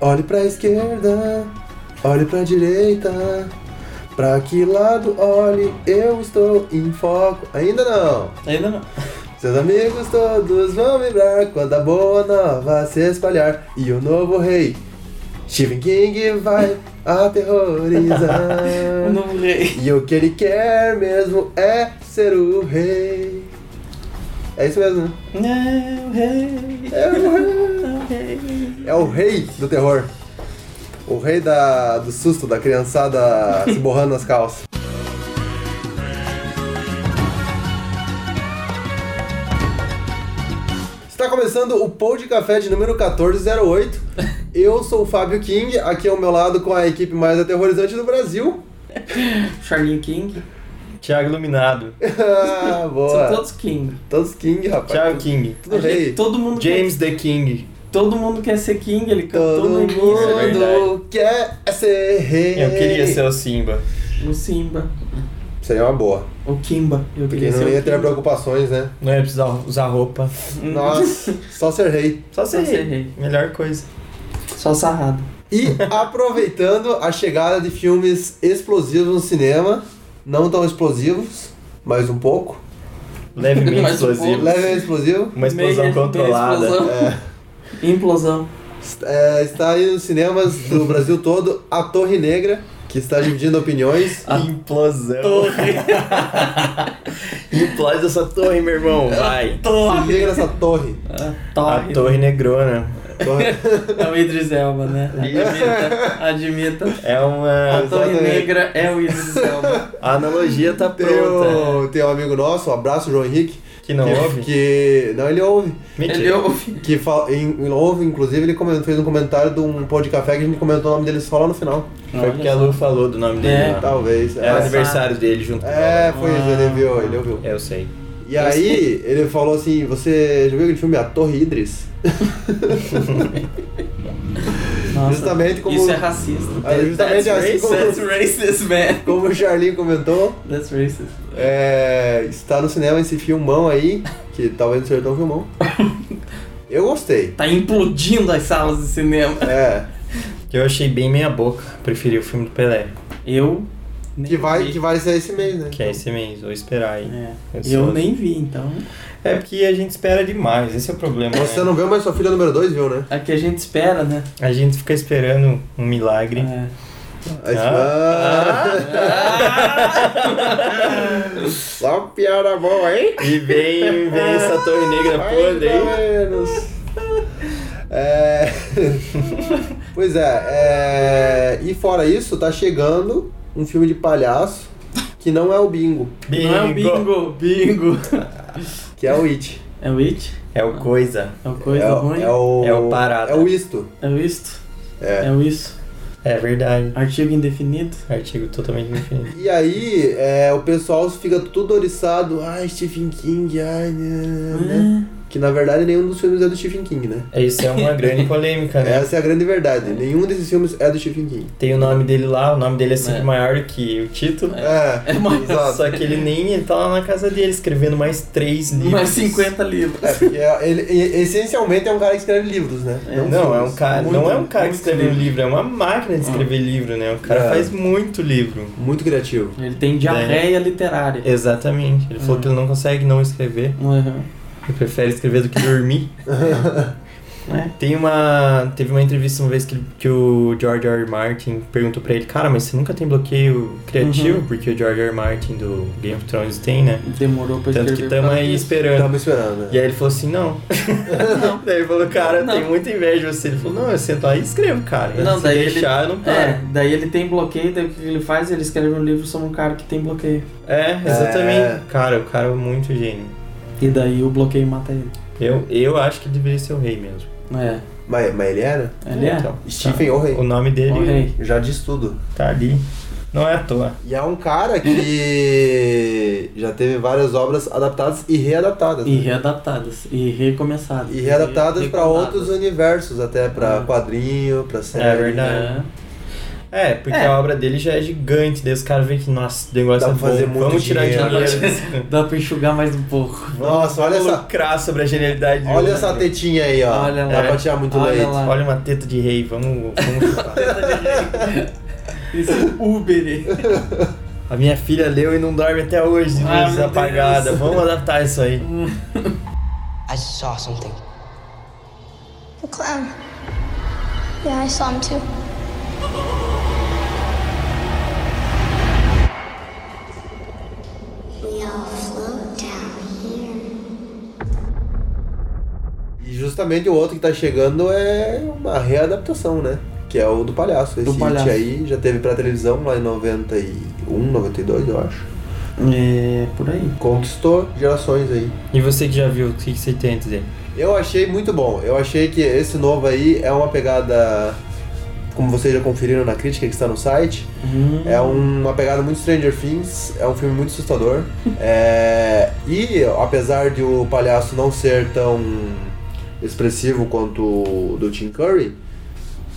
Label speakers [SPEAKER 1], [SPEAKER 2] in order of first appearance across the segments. [SPEAKER 1] Olhe pra esquerda, olhe pra direita. Pra que lado olhe, eu estou em foco. Ainda não.
[SPEAKER 2] Ainda não.
[SPEAKER 1] Seus amigos todos vão vibrar quando a boa nova se espalhar e o novo rei Stephen King vai aterrorizar.
[SPEAKER 2] O novo rei.
[SPEAKER 1] E o que ele quer mesmo é ser o rei. É isso mesmo, né? É
[SPEAKER 2] É o rei.
[SPEAKER 1] o rei.
[SPEAKER 2] o rei.
[SPEAKER 1] É o rei do terror. O rei da, do susto, da criançada se borrando nas calças. Está começando o Pão de Café de número 1408. Eu sou o Fábio King, aqui ao meu lado com a equipe mais aterrorizante do Brasil.
[SPEAKER 2] Charlie King.
[SPEAKER 3] Tiago Iluminado.
[SPEAKER 1] Ah, boa.
[SPEAKER 2] São todos King.
[SPEAKER 1] Todos King, rapaz.
[SPEAKER 3] Tiago King.
[SPEAKER 1] Tudo
[SPEAKER 2] A gente-
[SPEAKER 1] rei.
[SPEAKER 2] todo mundo
[SPEAKER 3] James the King.
[SPEAKER 2] Quer, todo mundo quer ser King, ele
[SPEAKER 3] tá
[SPEAKER 2] cantou
[SPEAKER 1] Todo
[SPEAKER 2] no início
[SPEAKER 3] é
[SPEAKER 1] mundo
[SPEAKER 3] verdade.
[SPEAKER 1] quer ser rei.
[SPEAKER 3] Eu queria ser o Simba.
[SPEAKER 2] no Simba.
[SPEAKER 1] Seria uma boa.
[SPEAKER 2] Ou Kimba. Eu
[SPEAKER 1] Porque
[SPEAKER 2] queria
[SPEAKER 1] não
[SPEAKER 2] ser o
[SPEAKER 1] ia ter
[SPEAKER 2] Kimba.
[SPEAKER 1] preocupações, né?
[SPEAKER 3] Não ia precisar usar roupa.
[SPEAKER 2] Hum.
[SPEAKER 1] Nossa, só ser rei.
[SPEAKER 3] Só
[SPEAKER 2] Só
[SPEAKER 3] ser
[SPEAKER 2] ser
[SPEAKER 3] rei.
[SPEAKER 2] rei.
[SPEAKER 3] Melhor coisa.
[SPEAKER 2] Só sarrado.
[SPEAKER 1] E aproveitando a chegada de filmes explosivos no cinema, não tão explosivos, mas um pouco.
[SPEAKER 3] Levemente
[SPEAKER 2] Mais um
[SPEAKER 3] explosivo.
[SPEAKER 2] pouco.
[SPEAKER 1] Leve explosivo.
[SPEAKER 3] Uma explosão
[SPEAKER 2] Meia- meia
[SPEAKER 3] controlada.
[SPEAKER 2] explosão.
[SPEAKER 1] É.
[SPEAKER 2] Implosão.
[SPEAKER 1] Est- é, está aí nos cinemas do Brasil todo a Torre Negra, que está dividindo opiniões.
[SPEAKER 2] A
[SPEAKER 3] Implosão.
[SPEAKER 2] Torre.
[SPEAKER 3] Implode essa torre, meu irmão. Vai.
[SPEAKER 1] Se
[SPEAKER 2] Torre.
[SPEAKER 1] liga nessa torre.
[SPEAKER 2] A
[SPEAKER 3] A
[SPEAKER 2] Ah, torre.
[SPEAKER 3] torre negrona.
[SPEAKER 1] Torre-
[SPEAKER 2] É o Idris Elba, né? Admita. Admita.
[SPEAKER 3] É uma.
[SPEAKER 2] A Torre
[SPEAKER 1] exatamente.
[SPEAKER 2] Negra é o Idris Elba.
[SPEAKER 3] A analogia tá
[SPEAKER 1] Tem,
[SPEAKER 3] pronta.
[SPEAKER 1] um, tem um amigo nosso, um abraço, João Henrique.
[SPEAKER 3] Que não
[SPEAKER 1] que,
[SPEAKER 3] ouve?
[SPEAKER 1] que- não, ele ouve.
[SPEAKER 2] Ele é
[SPEAKER 3] Mentira.
[SPEAKER 2] ouve.
[SPEAKER 1] Que fala, em- ouve, inclusive, ele comen- fez um comentário de um pó de café que a gente comentou o nome dele só lá no final.
[SPEAKER 3] Foi porque a Lu falou do nome dele.
[SPEAKER 2] É.
[SPEAKER 3] lá.
[SPEAKER 1] Talvez.
[SPEAKER 3] Era
[SPEAKER 1] É,
[SPEAKER 3] aniversário dele junto com
[SPEAKER 1] é,
[SPEAKER 3] ela.
[SPEAKER 1] foi isso, ele viu, ele ouviu.
[SPEAKER 3] Eu sei.
[SPEAKER 1] E aí, ele falou assim: Você já viu aquele filme A Torre Idris?
[SPEAKER 2] Nossa,
[SPEAKER 1] Justamente como-
[SPEAKER 2] Isso é racista.
[SPEAKER 1] Ah, justamente
[SPEAKER 2] That's
[SPEAKER 1] assim
[SPEAKER 2] racist.
[SPEAKER 1] como-
[SPEAKER 2] That's racist, man.
[SPEAKER 1] Como o Charlinho comentou,
[SPEAKER 2] That's racist.
[SPEAKER 1] é, está no cinema esse filmão aí, que talvez não seja tão filmão. Eu gostei.
[SPEAKER 2] Tá implodindo as salas de cinema.
[SPEAKER 1] É.
[SPEAKER 3] Que eu achei bem meia boca. Preferi o filme do Pelé.
[SPEAKER 2] Eu. nem
[SPEAKER 1] Que vai,
[SPEAKER 2] vi.
[SPEAKER 1] que vai ser esse mês, né?
[SPEAKER 3] Que é esse mês. Vou esperar aí.
[SPEAKER 2] É.
[SPEAKER 3] Ansioso.
[SPEAKER 2] Eu
[SPEAKER 1] assim.
[SPEAKER 2] nem vi, então.
[SPEAKER 3] É porque a gente espera demais, esse é o problema.
[SPEAKER 1] Você
[SPEAKER 3] né?
[SPEAKER 1] não viu, mas sua filha número 2 viu, né?
[SPEAKER 2] É que a gente espera, né?
[SPEAKER 3] A gente fica esperando um milagre.
[SPEAKER 2] É.
[SPEAKER 1] Aí, ah, só uma piada boa, hein?
[SPEAKER 3] E vem, vem essa torre negra podre
[SPEAKER 1] Mais
[SPEAKER 3] aí.
[SPEAKER 1] ou menos. É... pois é, é, e fora isso, tá chegando um filme de palhaço que não é o Bingo,
[SPEAKER 2] Não é o bingo. Bingo.
[SPEAKER 1] que é o It.
[SPEAKER 2] É o It?
[SPEAKER 3] É o coisa.
[SPEAKER 2] É o coisa
[SPEAKER 1] é, o-
[SPEAKER 2] ruim?
[SPEAKER 1] é o,
[SPEAKER 3] É o Parada.
[SPEAKER 1] É o Isto.
[SPEAKER 2] É o isto?
[SPEAKER 1] É.
[SPEAKER 2] É o isso?
[SPEAKER 3] É verdade.
[SPEAKER 2] Artigo indefinido?
[SPEAKER 3] Artigo totalmente infinito.
[SPEAKER 1] E aí, é, o pessoal fica tudo oriçado. Ai, Stephen King, ai, né,
[SPEAKER 2] É.
[SPEAKER 1] né. Que na verdade nenhum dos filmes é do Stephen King, né?
[SPEAKER 3] Isso é uma grande polêmica, né?
[SPEAKER 1] Essa é a grande verdade. Nenhum desses filmes é do Stephen King.
[SPEAKER 3] Tem o nome dele lá, o nome dele é sempre
[SPEAKER 2] É.
[SPEAKER 3] maior que o título.
[SPEAKER 1] É,
[SPEAKER 2] É mais-
[SPEAKER 1] exato.
[SPEAKER 3] Só que ele nem ele tá lá na casa dele escrevendo mais três livros.
[SPEAKER 2] Mais 50 livros.
[SPEAKER 1] É, porque é- ele, e- essencialmente é um cara que escreve livros, né?
[SPEAKER 2] É.
[SPEAKER 3] Não, é um cara, não é um
[SPEAKER 1] Muito,
[SPEAKER 3] cara que
[SPEAKER 2] muito
[SPEAKER 3] escreveu
[SPEAKER 2] livro. Ah.
[SPEAKER 3] livro, é uma máquina de escrever livro, né? O cara
[SPEAKER 1] É.
[SPEAKER 3] faz muito livro.
[SPEAKER 1] Muito criativo.
[SPEAKER 2] Ele tem diarreia literária.
[SPEAKER 1] É.
[SPEAKER 3] Exatamente. Ele falou
[SPEAKER 2] Hum.
[SPEAKER 3] que ele não consegue não escrever.
[SPEAKER 2] Uhum.
[SPEAKER 3] Ele prefere escrever do que dormir.
[SPEAKER 1] Tá
[SPEAKER 2] É.
[SPEAKER 3] Tem uma. Teve uma entrevista uma vez que, que o George R. R. Martin perguntou pra ele, cara, mas você nunca tem bloqueio criativo?
[SPEAKER 2] Uhum.
[SPEAKER 3] Porque o George R. R. Martin do Game of Thrones tem, né?
[SPEAKER 2] Demorou pra
[SPEAKER 3] Tanto
[SPEAKER 2] escrever.
[SPEAKER 3] que tamo
[SPEAKER 2] pra
[SPEAKER 3] aí né?
[SPEAKER 2] mim.
[SPEAKER 3] esperando.
[SPEAKER 1] Tava esperando,
[SPEAKER 3] E
[SPEAKER 1] né?
[SPEAKER 3] aí ele falou assim, não. Daí ele falou, cara,
[SPEAKER 2] Não.
[SPEAKER 3] tem muita inveja de você. Ele falou, não, eu sento lá e escrevo, cara.
[SPEAKER 2] Não,
[SPEAKER 3] Se
[SPEAKER 2] daí ele-
[SPEAKER 3] deixar, eu não
[SPEAKER 2] É,
[SPEAKER 3] paro.
[SPEAKER 2] daí ele tem bloqueio, daí o que ele faz? Ele escreve um livro sobre um cara que tem bloqueio.
[SPEAKER 3] É, exatamente.
[SPEAKER 1] É.
[SPEAKER 3] Cara, o cara é muito gênio.
[SPEAKER 2] E daí o bloqueio mata ele.
[SPEAKER 3] Eu, eu acho que ele deveria ser o rei mesmo.
[SPEAKER 2] É.
[SPEAKER 1] Mas, mas ele era?
[SPEAKER 2] Ele é?
[SPEAKER 3] Então,
[SPEAKER 1] Stephen O'Reilly.
[SPEAKER 3] o nome dele
[SPEAKER 2] O rei.
[SPEAKER 1] Já diz tudo.
[SPEAKER 3] tá ali. Não é à toa.
[SPEAKER 1] E é um cara que já teve várias obras adaptadas e readaptadas.
[SPEAKER 2] E
[SPEAKER 1] né?
[SPEAKER 2] readaptadas. E recomeçadas.
[SPEAKER 1] E readaptadas
[SPEAKER 2] re-
[SPEAKER 1] pra outros
[SPEAKER 2] recontadas.
[SPEAKER 1] universos, até pra
[SPEAKER 2] É.
[SPEAKER 1] quadrinho, pra série.
[SPEAKER 3] É verdade. É, porque
[SPEAKER 2] É.
[SPEAKER 3] a obra dele já é gigante, daí os caras veem que, nossa, o
[SPEAKER 1] Dá
[SPEAKER 3] negócio é
[SPEAKER 1] pra
[SPEAKER 3] bom,
[SPEAKER 1] fazer muito
[SPEAKER 3] vamos tirar
[SPEAKER 1] dinheiro.
[SPEAKER 3] dinheiro.
[SPEAKER 2] Dá pra enxugar mais um pouco.
[SPEAKER 1] Nossa, olha
[SPEAKER 3] Vamos
[SPEAKER 1] essa,
[SPEAKER 3] lucrar sobre a genialidade dele.
[SPEAKER 1] olha essa tetinha aí, ó.
[SPEAKER 2] Olha
[SPEAKER 1] Dá
[SPEAKER 2] lá.
[SPEAKER 1] pra tirar muito
[SPEAKER 2] Olha
[SPEAKER 1] leite.
[SPEAKER 2] lá.
[SPEAKER 3] Olha uma teta de rei, vamos, vamos chupar.
[SPEAKER 2] Esse Uber.
[SPEAKER 3] A minha filha leu e não dorme até hoje, de
[SPEAKER 2] Ah,
[SPEAKER 3] luz
[SPEAKER 2] meu
[SPEAKER 3] apagada.
[SPEAKER 2] Deus.
[SPEAKER 3] Vamos adaptar isso aí.
[SPEAKER 4] I saw something.
[SPEAKER 5] The clown.
[SPEAKER 6] Yeah, I saw him too.
[SPEAKER 5] We all float down here.
[SPEAKER 1] E justamente o outro que tá chegando é uma readaptação, né? Que é o do palhaço. Esse
[SPEAKER 2] Do palhaço.
[SPEAKER 1] It aí já teve pra televisão lá em 91, 92, eu acho.
[SPEAKER 2] É, por aí.
[SPEAKER 1] Conquistou gerações aí.
[SPEAKER 3] E você que já viu, o que que você tem a dizer?
[SPEAKER 1] Eu achei muito bom. Eu achei que esse novo aí é uma pegada. Como vocês já conferiram na crítica que está no site,
[SPEAKER 2] Uhum.
[SPEAKER 1] é uma pegada muito Stranger Things, é um filme muito assustador. É, e apesar de o palhaço não ser tão expressivo quanto o do Tim Curry,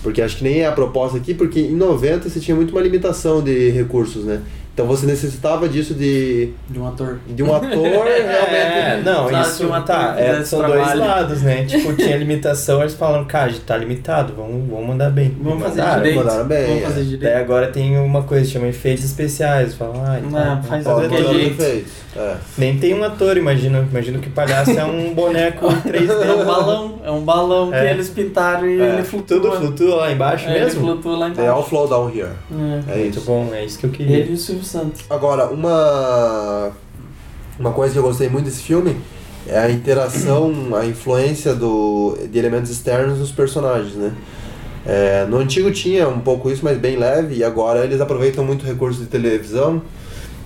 [SPEAKER 1] porque acho que nem é a proposta aqui, porque em 90 você tinha muito uma limitação de recursos, né? Então você necessitava disso de,
[SPEAKER 2] De um ator.
[SPEAKER 1] de um ator realmente.
[SPEAKER 3] É, não,
[SPEAKER 2] Sabe
[SPEAKER 3] isso
[SPEAKER 2] que uma
[SPEAKER 3] tá,
[SPEAKER 2] turma
[SPEAKER 3] é,
[SPEAKER 2] fizesse
[SPEAKER 3] são dois
[SPEAKER 2] trabalho.
[SPEAKER 3] lados, né? Tipo, tinha limitação, eles falaram, cara, a gente tá limitado, vamos, vamos mandar bem. ah,
[SPEAKER 2] Vamos fazer
[SPEAKER 3] Mandaram.
[SPEAKER 2] direito.
[SPEAKER 1] mandaram bem,
[SPEAKER 2] Vamos
[SPEAKER 1] é.
[SPEAKER 2] fazer direito.
[SPEAKER 3] Daí agora tem uma coisa, chama efeitos especiais. Fala, ai, tá,
[SPEAKER 2] Não, Ah, faz
[SPEAKER 1] Ó,
[SPEAKER 2] de qualquer
[SPEAKER 1] todo
[SPEAKER 2] jeito.
[SPEAKER 1] mundo fez. É.
[SPEAKER 3] Nem tem um ator, imagina. Imagino que palhaço é um boneco em 3D.
[SPEAKER 2] É um balão, é um balão
[SPEAKER 3] É.
[SPEAKER 2] que eles pintaram e
[SPEAKER 1] É.
[SPEAKER 2] ele flutua.
[SPEAKER 3] Tudo flutua lá embaixo
[SPEAKER 2] É, ele
[SPEAKER 3] mesmo?
[SPEAKER 2] flutua lá
[SPEAKER 1] É all
[SPEAKER 2] embaixo.
[SPEAKER 1] flow down here.
[SPEAKER 2] É.
[SPEAKER 1] É
[SPEAKER 3] Muito
[SPEAKER 1] isso.
[SPEAKER 3] bom, é isso que eu queria.
[SPEAKER 2] Ele e o Silvio Santos.
[SPEAKER 1] Agora, uma uma coisa que eu gostei muito desse filme é a interação, a influência do, de elementos externos nos personagens, né? É, no antigo tinha um pouco isso, mas bem leve, e agora eles aproveitam muito recurso de televisão.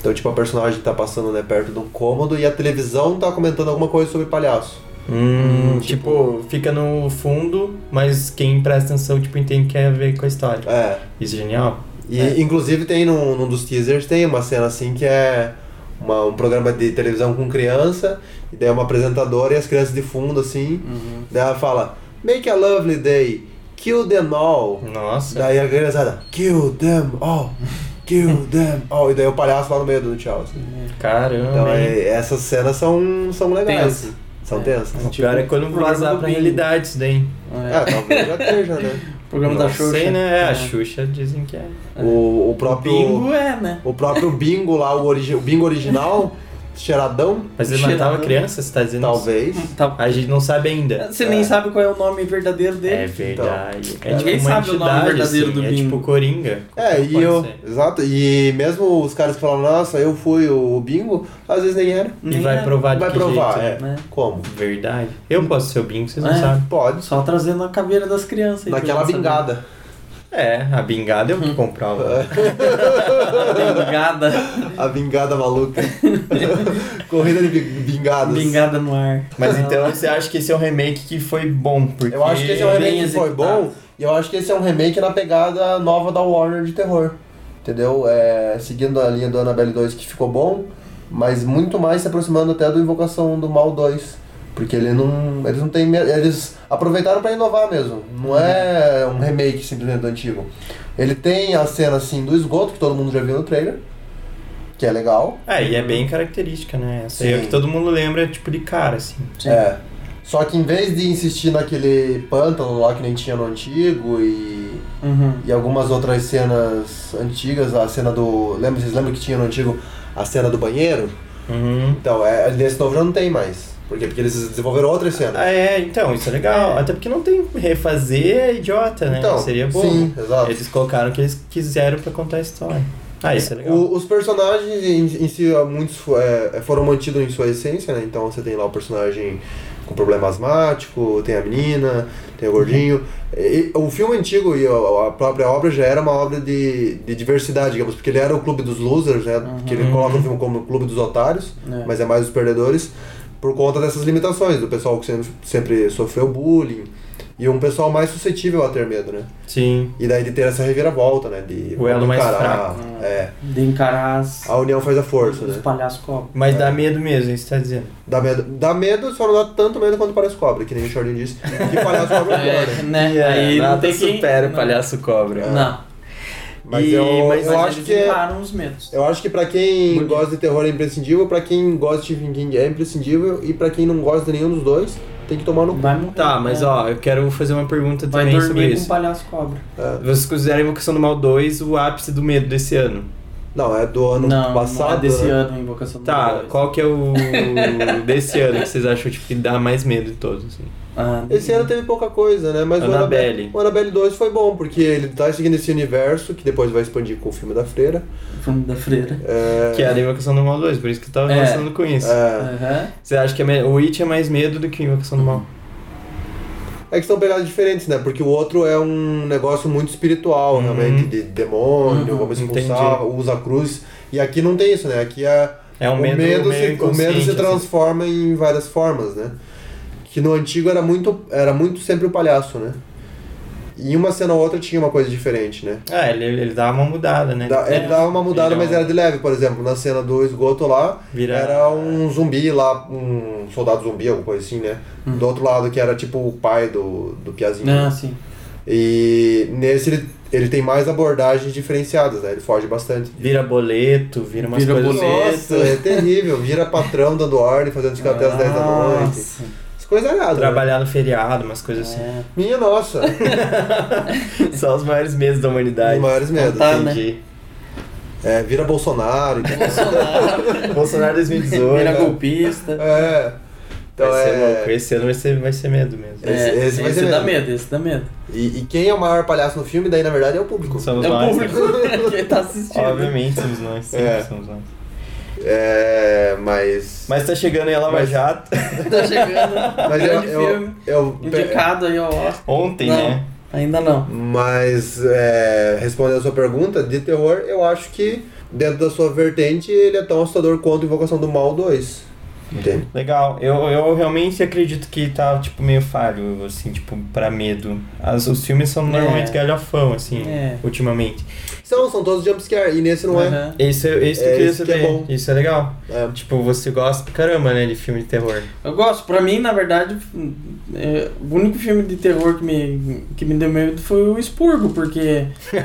[SPEAKER 1] Então, tipo, a personagem tá passando né, perto de um cômodo e a televisão tá comentando alguma coisa sobre palhaço.
[SPEAKER 3] Hum, tipo, fica no fundo, mas quem presta atenção, tipo, entende que é a ver com a história.
[SPEAKER 1] É,
[SPEAKER 3] Isso é genial.
[SPEAKER 1] E inclusive tem num, num dos teasers tem uma cena assim que é uma- um programa de televisão com criança, e daí é uma apresentadora e as crianças de fundo assim,
[SPEAKER 3] Uhum.
[SPEAKER 1] daí ela fala, make a lovely day, kill them all.
[SPEAKER 3] Nossa.
[SPEAKER 1] Daí a criançada, kill them all, kill them all. E daí o palhaço lá no meio do tchau. assim.
[SPEAKER 3] Caramba.
[SPEAKER 1] Então
[SPEAKER 3] hein?
[SPEAKER 1] é- essas cenas são, são legais.
[SPEAKER 2] Tenso.
[SPEAKER 1] São tensas.
[SPEAKER 3] O pior é quando
[SPEAKER 2] programa
[SPEAKER 3] vazar
[SPEAKER 2] do
[SPEAKER 3] pra
[SPEAKER 2] bingo.
[SPEAKER 3] realidade isso daí.
[SPEAKER 1] É, talvez já esteja, né?
[SPEAKER 2] Programa
[SPEAKER 3] Não
[SPEAKER 2] da Xuxa.
[SPEAKER 3] sei, né? É, a
[SPEAKER 2] É.
[SPEAKER 3] Xuxa dizem que é.
[SPEAKER 1] O, o próprio.
[SPEAKER 2] Bingo é, né?
[SPEAKER 1] O próprio bingo lá, o, origi o bingo original, cheiradão,
[SPEAKER 3] Mas ele
[SPEAKER 2] Cheirado.
[SPEAKER 3] matava criança, você tá dizendo isso?
[SPEAKER 1] talvez.
[SPEAKER 2] Tá.
[SPEAKER 3] A gente não sabe ainda.
[SPEAKER 2] Você nem sabe qual é o nome verdadeiro
[SPEAKER 3] É
[SPEAKER 2] dele.
[SPEAKER 3] verdade. é
[SPEAKER 2] Ninguém
[SPEAKER 3] tipo uma
[SPEAKER 2] sabe o nome
[SPEAKER 3] entidade,
[SPEAKER 2] verdadeiro
[SPEAKER 3] assim,
[SPEAKER 2] do
[SPEAKER 3] É
[SPEAKER 2] bingo.
[SPEAKER 3] tipo Coringa.
[SPEAKER 1] É,
[SPEAKER 3] Pode
[SPEAKER 1] e eu.
[SPEAKER 3] ser.
[SPEAKER 1] Exato. E mesmo os caras que falam, nossa, eu fui o bingo, às vezes nem era.
[SPEAKER 3] E
[SPEAKER 2] é.
[SPEAKER 3] vai provar de
[SPEAKER 1] Vai
[SPEAKER 3] que
[SPEAKER 1] provar,
[SPEAKER 3] jeito,
[SPEAKER 1] é.
[SPEAKER 2] né?
[SPEAKER 1] Como?
[SPEAKER 3] Verdade. Eu posso ser o bingo, vocês não
[SPEAKER 2] É.
[SPEAKER 3] sabem.
[SPEAKER 1] Pode.
[SPEAKER 2] Só trazendo a caveira das crianças. aí pra
[SPEAKER 1] Naquela
[SPEAKER 2] gente saber.
[SPEAKER 1] bingada.
[SPEAKER 3] É, a bingada eu que comprava.
[SPEAKER 2] Bingada.
[SPEAKER 1] A bingada maluca. Corrida de bi- bingadas.
[SPEAKER 2] Bingada no ar.
[SPEAKER 3] Mas então você acha que esse é um remake que foi bom? Porque
[SPEAKER 1] Eu acho que esse é um
[SPEAKER 2] Bem
[SPEAKER 1] remake que foi
[SPEAKER 2] executado.
[SPEAKER 1] bom. E eu acho que esse é um remake na pegada nova da Warner de terror. Entendeu? É, seguindo a linha do Annabelle 2 que ficou bom, mas muito mais se aproximando até do Invocação do Mal 2. Porque ele não. Eles não têm medo. Eles aproveitaram pra inovar mesmo. Não é um remake simplesmente do antigo. Ele tem a cena assim do esgoto, que todo mundo já viu no trailer. Que é legal.
[SPEAKER 3] É, e é bem característica, né? Essa aí é
[SPEAKER 1] Sim.
[SPEAKER 3] o que todo mundo lembra, tipo, de cara, assim.
[SPEAKER 1] É. Só que em vez de insistir naquele pântano lá que nem tinha no antigo e
[SPEAKER 2] Uhum.
[SPEAKER 1] e algumas outras cenas antigas, a cena do. Lembra, vocês lembram que tinha no antigo a cena do banheiro?
[SPEAKER 3] Uhum.
[SPEAKER 1] Então, é, nesse novo já não tem mais. Por quê? Porque eles desenvolveram outras cenas.
[SPEAKER 3] É, então, isso é legal. Até porque não tem refazer, é idiota, né?
[SPEAKER 1] Então,
[SPEAKER 3] Seria bom.
[SPEAKER 1] sim, exato.
[SPEAKER 3] Eles colocaram o que eles quiseram pra contar a história. Ah, isso é legal.
[SPEAKER 1] O- os personagens em, em si, ó, muitos fo- é, foram mantidos em sua essência, né? Então você tem lá o personagem com problema asmático, tem a menina, tem o gordinho.
[SPEAKER 3] Uhum.
[SPEAKER 1] E- e o filme antigo e a a própria obra já era uma obra de, de diversidade, digamos, porque ele era o clube dos losers, né?
[SPEAKER 3] Uhum.
[SPEAKER 1] Que ele coloca o filme como o clube dos otários,
[SPEAKER 2] É.
[SPEAKER 1] mas é mais os perdedores, por conta dessas limitações, do pessoal que sempre, sempre sofreu bullying. E um pessoal mais suscetível a ter medo, né?
[SPEAKER 3] Sim.
[SPEAKER 1] E daí de ter essa reviravolta, né? De
[SPEAKER 3] O elo mais
[SPEAKER 1] encarar,
[SPEAKER 3] fraco.
[SPEAKER 1] É.
[SPEAKER 2] De encarar as,
[SPEAKER 1] A união faz a força,
[SPEAKER 2] os
[SPEAKER 1] né?
[SPEAKER 2] palhaços cobra.
[SPEAKER 3] Mas dá medo mesmo, isso que você tá dizendo.
[SPEAKER 1] Dá medo, dá medo, só não dá tanto medo quanto parece cobra, que nem o Jordan disse. Que palhaço cobra é pior, né?
[SPEAKER 2] né? Aí não tem que...
[SPEAKER 3] palhaço cobra.
[SPEAKER 2] Não.
[SPEAKER 1] Mas
[SPEAKER 3] E-
[SPEAKER 1] eu,
[SPEAKER 3] mas-
[SPEAKER 1] eu
[SPEAKER 2] Mas
[SPEAKER 1] acho
[SPEAKER 2] eles
[SPEAKER 1] que é-
[SPEAKER 2] limparam os medos.
[SPEAKER 1] Eu acho que pra quem
[SPEAKER 2] Bonito.
[SPEAKER 1] gosta de terror é imprescindível, pra quem gosta de Stephen King é imprescindível, e pra quem não gosta de nenhum dos dois, tem que tomar no cu.
[SPEAKER 2] Vai morrer.
[SPEAKER 3] Tá, mas
[SPEAKER 2] É.
[SPEAKER 3] ó, eu quero fazer uma pergunta
[SPEAKER 2] Vai
[SPEAKER 3] também sobre
[SPEAKER 2] dormir com um
[SPEAKER 3] isso.
[SPEAKER 2] palhaço cobra.
[SPEAKER 3] Vocês consideram Invocação do Mal 2 o ápice do medo desse ano?
[SPEAKER 1] Não, é do ano
[SPEAKER 2] não,
[SPEAKER 1] passado.
[SPEAKER 2] não é desse
[SPEAKER 1] né?
[SPEAKER 2] ano, Invocação do
[SPEAKER 3] Tá,
[SPEAKER 2] Mal.
[SPEAKER 3] qual que é o desse ano que vocês acham tipo, que dá mais medo de todos? Assim?
[SPEAKER 2] Ah,
[SPEAKER 1] Esse ano teve pouca coisa, né? Mas
[SPEAKER 3] Annabelle.
[SPEAKER 1] o Annabelle. O Annabelle 2 foi bom, porque ele tá seguindo esse universo, que depois vai expandir com o filme da Freira.
[SPEAKER 2] Fundo da freira.
[SPEAKER 1] É,
[SPEAKER 3] Que é a da Invocação do Mal 2, por isso que eu tava
[SPEAKER 2] É.
[SPEAKER 3] relacionando com isso.
[SPEAKER 1] é,
[SPEAKER 2] Aham.
[SPEAKER 3] Você acha que é me- o It é mais medo do que Invocação do Mal?
[SPEAKER 1] é que são pegadas diferentes, né? Porque o outro é um negócio muito espiritual,
[SPEAKER 3] Uhum.
[SPEAKER 1] realmente, de demônio,
[SPEAKER 2] Uhum,
[SPEAKER 1] vamos expulsar, usa a cruz. E aqui não tem isso, né? Aqui é...
[SPEAKER 3] É um
[SPEAKER 1] o
[SPEAKER 3] medo,
[SPEAKER 1] medo, se,
[SPEAKER 3] meio
[SPEAKER 1] o medo
[SPEAKER 3] inconsciente,
[SPEAKER 1] se
[SPEAKER 3] assim.
[SPEAKER 1] transforma em várias formas, né? Que no antigo era muito, era muito sempre o palhaço, né? E em uma cena ou outra tinha uma coisa diferente, né?
[SPEAKER 3] Ah, ele, ele dá uma mudada, né?
[SPEAKER 1] Dá- ele dava uma mudada,
[SPEAKER 3] Ele é
[SPEAKER 1] mas
[SPEAKER 3] um-
[SPEAKER 1] era de leve, por exemplo. Na cena do esgoto lá,
[SPEAKER 3] Vira-
[SPEAKER 1] era um zumbi lá, um soldado zumbi, alguma coisa assim, né?
[SPEAKER 3] Uhum.
[SPEAKER 1] Do outro lado, que era tipo o pai do, do Piazinho.
[SPEAKER 2] Ah, sim.
[SPEAKER 1] E nesse ele, ele tem mais abordagens diferenciadas, né? Ele foge bastante.
[SPEAKER 3] Vira boleto, vira umas
[SPEAKER 2] Vira
[SPEAKER 3] coisas... assim.
[SPEAKER 2] boleto.
[SPEAKER 1] Nossa, é terrível. Vira patrão dando ordem, fazendo ficar até as 10 da noite.
[SPEAKER 2] Nossa.
[SPEAKER 1] As coisas erradas. né?
[SPEAKER 3] Trabalhar no feriado, umas coisas assim.
[SPEAKER 2] É.
[SPEAKER 1] Minha nossa,
[SPEAKER 3] Só os maiores medos da humanidade.
[SPEAKER 1] os maiores medos. assim.
[SPEAKER 2] Tá, né?
[SPEAKER 3] Entendi.
[SPEAKER 1] É, vira Bolsonaro. então.
[SPEAKER 3] Bolsonaro 2018.
[SPEAKER 2] É. Vira
[SPEAKER 3] né?
[SPEAKER 2] golpista.
[SPEAKER 1] é. Então
[SPEAKER 3] vai ser louco.
[SPEAKER 1] é.
[SPEAKER 3] Esse ano vai ser, vai ser medo mesmo.
[SPEAKER 1] É. Esse- esse vai ser
[SPEAKER 2] dá
[SPEAKER 1] mesmo.
[SPEAKER 2] medo, esse dá medo.
[SPEAKER 1] E, e quem é o maior palhaço no filme, daí na verdade é o público.
[SPEAKER 3] Somos
[SPEAKER 2] É o
[SPEAKER 3] nós. né?
[SPEAKER 2] público que tá assistindo.
[SPEAKER 3] Obviamente somos nós. Sempre
[SPEAKER 1] É.
[SPEAKER 3] somos nós.
[SPEAKER 1] É, mas.
[SPEAKER 3] Mas tá chegando aí a Lava
[SPEAKER 1] Mas-
[SPEAKER 3] Jato.
[SPEAKER 2] Tá chegando.
[SPEAKER 1] Mas eu.
[SPEAKER 2] grande
[SPEAKER 1] eu,
[SPEAKER 2] filme.
[SPEAKER 1] eu-
[SPEAKER 2] Indicado aí ao Oscar.
[SPEAKER 3] Ontem,
[SPEAKER 2] Não,
[SPEAKER 3] né?
[SPEAKER 2] Ainda não.
[SPEAKER 1] mas, é, respondendo a sua pergunta, de terror, eu acho que, dentro da sua vertente, ele é tão assustador quanto Invocação do Mal 2. Entende?
[SPEAKER 3] Legal. Eu, eu realmente acredito que tá, tipo, meio falho, assim, tipo, pra medo. As- os filmes são normalmente
[SPEAKER 2] É.
[SPEAKER 3] galhofão, assim,
[SPEAKER 2] É.
[SPEAKER 3] ultimamente.
[SPEAKER 1] São, são todos jumpscare, e nesse não é.
[SPEAKER 2] Aham.
[SPEAKER 3] Isso é, isso que
[SPEAKER 1] É,
[SPEAKER 3] eu queria
[SPEAKER 1] isso que é
[SPEAKER 3] saber.
[SPEAKER 1] bom.
[SPEAKER 3] Isso é legal.
[SPEAKER 1] É.
[SPEAKER 3] Tipo, você gosta pra caramba, né, de filme de terror.
[SPEAKER 2] Eu gosto, pra mim, na verdade, é, o único filme de terror que me, que me deu medo foi o Expurgo, porque.
[SPEAKER 3] eu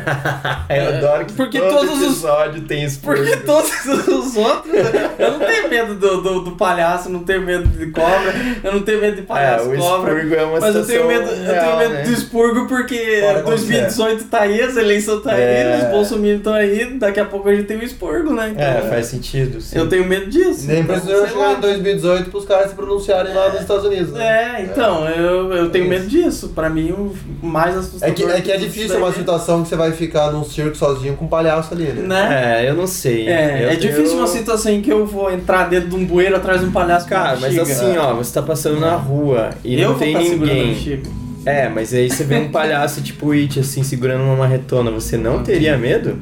[SPEAKER 2] É,
[SPEAKER 3] adoro que
[SPEAKER 2] porque
[SPEAKER 3] todo
[SPEAKER 2] todos os-
[SPEAKER 3] episódio tem isso.
[SPEAKER 2] Porque todos os outros. Eu não tenho medo do, do, do palhaço, não tenho medo de cobra, eu não tenho medo de palhaço
[SPEAKER 3] o
[SPEAKER 2] cobra.
[SPEAKER 3] expurgo é uma
[SPEAKER 2] Mas eu tenho
[SPEAKER 3] situação
[SPEAKER 2] medo, eu
[SPEAKER 3] real,
[SPEAKER 2] tenho medo
[SPEAKER 3] né?
[SPEAKER 2] do expurgo porque
[SPEAKER 1] Fora quando
[SPEAKER 2] 2018 tá aí, as eleições tá aí,
[SPEAKER 3] É.
[SPEAKER 2] os bolsominions estão aí, daqui a pouco a gente tem o expurgo, né? Então,
[SPEAKER 3] É, faz sentido. Sim.
[SPEAKER 2] Eu tenho medo disso.
[SPEAKER 1] Nem
[SPEAKER 2] então,
[SPEAKER 1] precisou
[SPEAKER 2] sei
[SPEAKER 1] chegar
[SPEAKER 2] lá.
[SPEAKER 1] em 2018 pros caras se pronunciarem lá nos Estados Unidos, né?
[SPEAKER 2] É, então, eu, eu
[SPEAKER 3] É
[SPEAKER 2] tenho medo disso. Pra mim, o mais assustador.
[SPEAKER 1] É que, é que é
[SPEAKER 2] disso
[SPEAKER 1] difícil uma
[SPEAKER 2] daí-
[SPEAKER 1] situação que você vai ficar num circo sozinho com um palhaço ali, né?
[SPEAKER 2] Né?
[SPEAKER 3] É, eu não sei.
[SPEAKER 2] É,
[SPEAKER 3] Eu
[SPEAKER 2] é difícil
[SPEAKER 3] tenho-
[SPEAKER 2] uma situação em que eu vou entrar dentro de um bueiro atrás de um palhaço com
[SPEAKER 3] Cara,
[SPEAKER 2] uma
[SPEAKER 3] mas
[SPEAKER 2] bexiga.
[SPEAKER 3] assim, ó, você tá passando na rua e
[SPEAKER 2] eu
[SPEAKER 3] não tem
[SPEAKER 2] vou estar segurando a
[SPEAKER 3] ninguém.
[SPEAKER 2] bexiga.
[SPEAKER 3] É, mas aí você vê um palhaço tipo It, assim, segurando uma marretona, você não teria medo?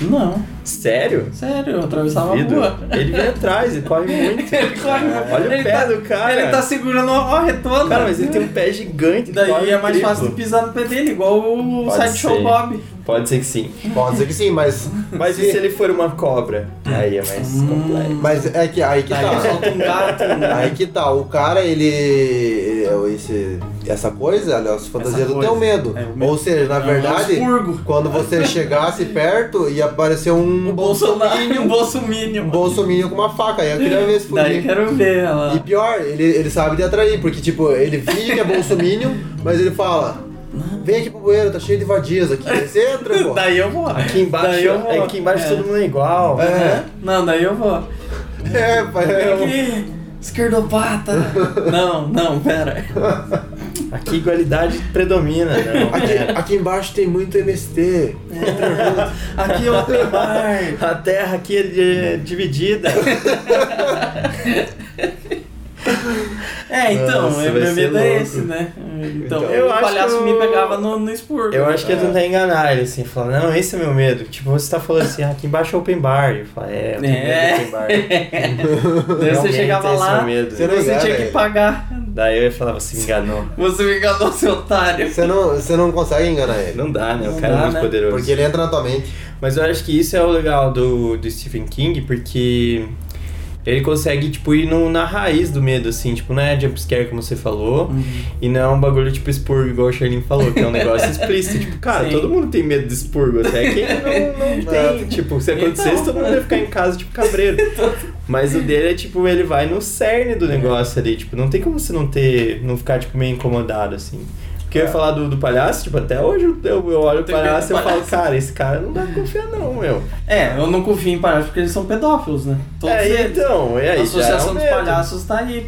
[SPEAKER 2] Não,
[SPEAKER 3] Sério?
[SPEAKER 2] sério, eu atravessava
[SPEAKER 3] Duvido.
[SPEAKER 2] a Tá rua.
[SPEAKER 3] Ele vem atrás, ele corre muito.
[SPEAKER 2] Ele corre,
[SPEAKER 3] Olha o
[SPEAKER 2] ele
[SPEAKER 3] pé
[SPEAKER 2] tá,
[SPEAKER 3] do cara.
[SPEAKER 2] Ele tá segurando uma marretona.
[SPEAKER 3] Cara, mas ele tem um pé gigante. corre
[SPEAKER 2] Daí é mais
[SPEAKER 3] triplo.
[SPEAKER 2] fácil de pisar no pé dele, igual o
[SPEAKER 3] Pode ser.
[SPEAKER 2] Sideshow Bob.
[SPEAKER 3] Pode ser que sim.
[SPEAKER 1] Pode ser que sim, mas.
[SPEAKER 3] Mas e se ele for uma cobra? Aí é mais
[SPEAKER 2] Hum.
[SPEAKER 3] complexo.
[SPEAKER 1] Mas é que aí que
[SPEAKER 2] Aí
[SPEAKER 1] tá.
[SPEAKER 2] solta um gato.
[SPEAKER 1] Aí que tá, o cara, ele. ele- é, Esse, essa coisa, olha, as fantasias
[SPEAKER 2] Essa
[SPEAKER 1] do teu
[SPEAKER 2] coisa.
[SPEAKER 1] medo.
[SPEAKER 2] É, o medo.
[SPEAKER 1] Ou seja, na
[SPEAKER 2] É um
[SPEAKER 1] verdade,
[SPEAKER 2] expurgo.
[SPEAKER 1] quando você chegasse perto, ia aparecer um
[SPEAKER 2] O Bolsonaro, um
[SPEAKER 1] um
[SPEAKER 2] Bolsominion.
[SPEAKER 1] bolsominion com uma faca. Aí eu queria ver se
[SPEAKER 2] Daí
[SPEAKER 1] fugir.
[SPEAKER 2] quero ver ela.
[SPEAKER 1] E pior, ele, ele sabe de atrair, porque tipo, ele finge que é bolsominion, mas ele fala: Vem aqui pro banheiro, tá cheio de vadias aqui. Você entra, pô.
[SPEAKER 2] Daí eu vou.
[SPEAKER 3] Aqui
[SPEAKER 2] Daí
[SPEAKER 3] embaixo,
[SPEAKER 2] eu vou.
[SPEAKER 3] é, aqui embaixo
[SPEAKER 2] É.
[SPEAKER 3] todo mundo é igual.
[SPEAKER 1] É,
[SPEAKER 2] Não, daí eu vou.
[SPEAKER 1] é, pai.
[SPEAKER 2] Vem aqui, esquerdopata. Não, não, pera.
[SPEAKER 3] Aqui igualdade predomina. né? Não.
[SPEAKER 1] Aqui, aqui embaixo tem muito MST.
[SPEAKER 2] Aqui eu open bar.
[SPEAKER 3] A terra aqui é dividida.
[SPEAKER 2] É, então,
[SPEAKER 3] Nossa,
[SPEAKER 2] meu
[SPEAKER 3] vai ser
[SPEAKER 2] medo
[SPEAKER 3] louco.
[SPEAKER 2] é esse, né? Então,
[SPEAKER 1] Então,
[SPEAKER 2] o
[SPEAKER 3] eu acho
[SPEAKER 2] palhaço
[SPEAKER 3] que
[SPEAKER 2] me
[SPEAKER 3] eu-
[SPEAKER 2] pegava no, no expurgo.
[SPEAKER 3] Eu acho que é tentar enganar ele, assim, falar, não, esse é meu medo. Tipo, você tá falando assim, ah, aqui embaixo é open bar. Eu falo, é, eu tenho
[SPEAKER 2] É.
[SPEAKER 3] medo de open bar.
[SPEAKER 2] Daí você
[SPEAKER 3] Realmente
[SPEAKER 2] chegava
[SPEAKER 3] esse é o
[SPEAKER 2] lá,
[SPEAKER 3] medo. é.
[SPEAKER 2] você,
[SPEAKER 1] Você não
[SPEAKER 2] tinha
[SPEAKER 1] engana,
[SPEAKER 2] que pagar.
[SPEAKER 3] Daí eu ia falar, você me enganou.
[SPEAKER 2] Você me enganou, seu otário.
[SPEAKER 1] Você não, você não consegue enganar ele.
[SPEAKER 3] Não dá, né? O
[SPEAKER 2] Não
[SPEAKER 3] cara é
[SPEAKER 2] dá,
[SPEAKER 3] muito
[SPEAKER 2] né?
[SPEAKER 3] poderoso.
[SPEAKER 1] Porque ele entra na tua mente.
[SPEAKER 3] Mas eu acho que isso é o legal do, do Stephen King, porque Ele consegue, tipo, ir no, na raiz do medo, assim, tipo, não é jumpscare como você falou, e não é um bagulho tipo expurgo, igual o Charlene falou, que é um negócio explícito. Tipo, cara,
[SPEAKER 2] Sim.
[SPEAKER 3] todo mundo tem medo de expurgo, até quem não, não tem. Tipo, se
[SPEAKER 2] Então,
[SPEAKER 3] acontecesse, todo mundo ia ficar em casa, tipo, cabreiro. Mas o dele é, tipo, ele vai no cerne do negócio ali, tipo, não tem como você não ter, não ficar, tipo, meio incomodado, assim. Porque eu ia falar do, do palhaço, tipo, até hoje eu, eu olho o
[SPEAKER 2] É. Tem medo
[SPEAKER 3] palhaço e
[SPEAKER 2] do
[SPEAKER 3] eu falo,
[SPEAKER 2] palhaço.
[SPEAKER 3] cara, esse cara não dá pra confiar não, meu.
[SPEAKER 2] É, eu não confio em palhaços porque eles são pedófilos, né? Todos
[SPEAKER 3] é,
[SPEAKER 2] eles.
[SPEAKER 3] então, é
[SPEAKER 2] A
[SPEAKER 3] aí já é um
[SPEAKER 2] Associação dos
[SPEAKER 3] medo.
[SPEAKER 2] Palhaços tá aí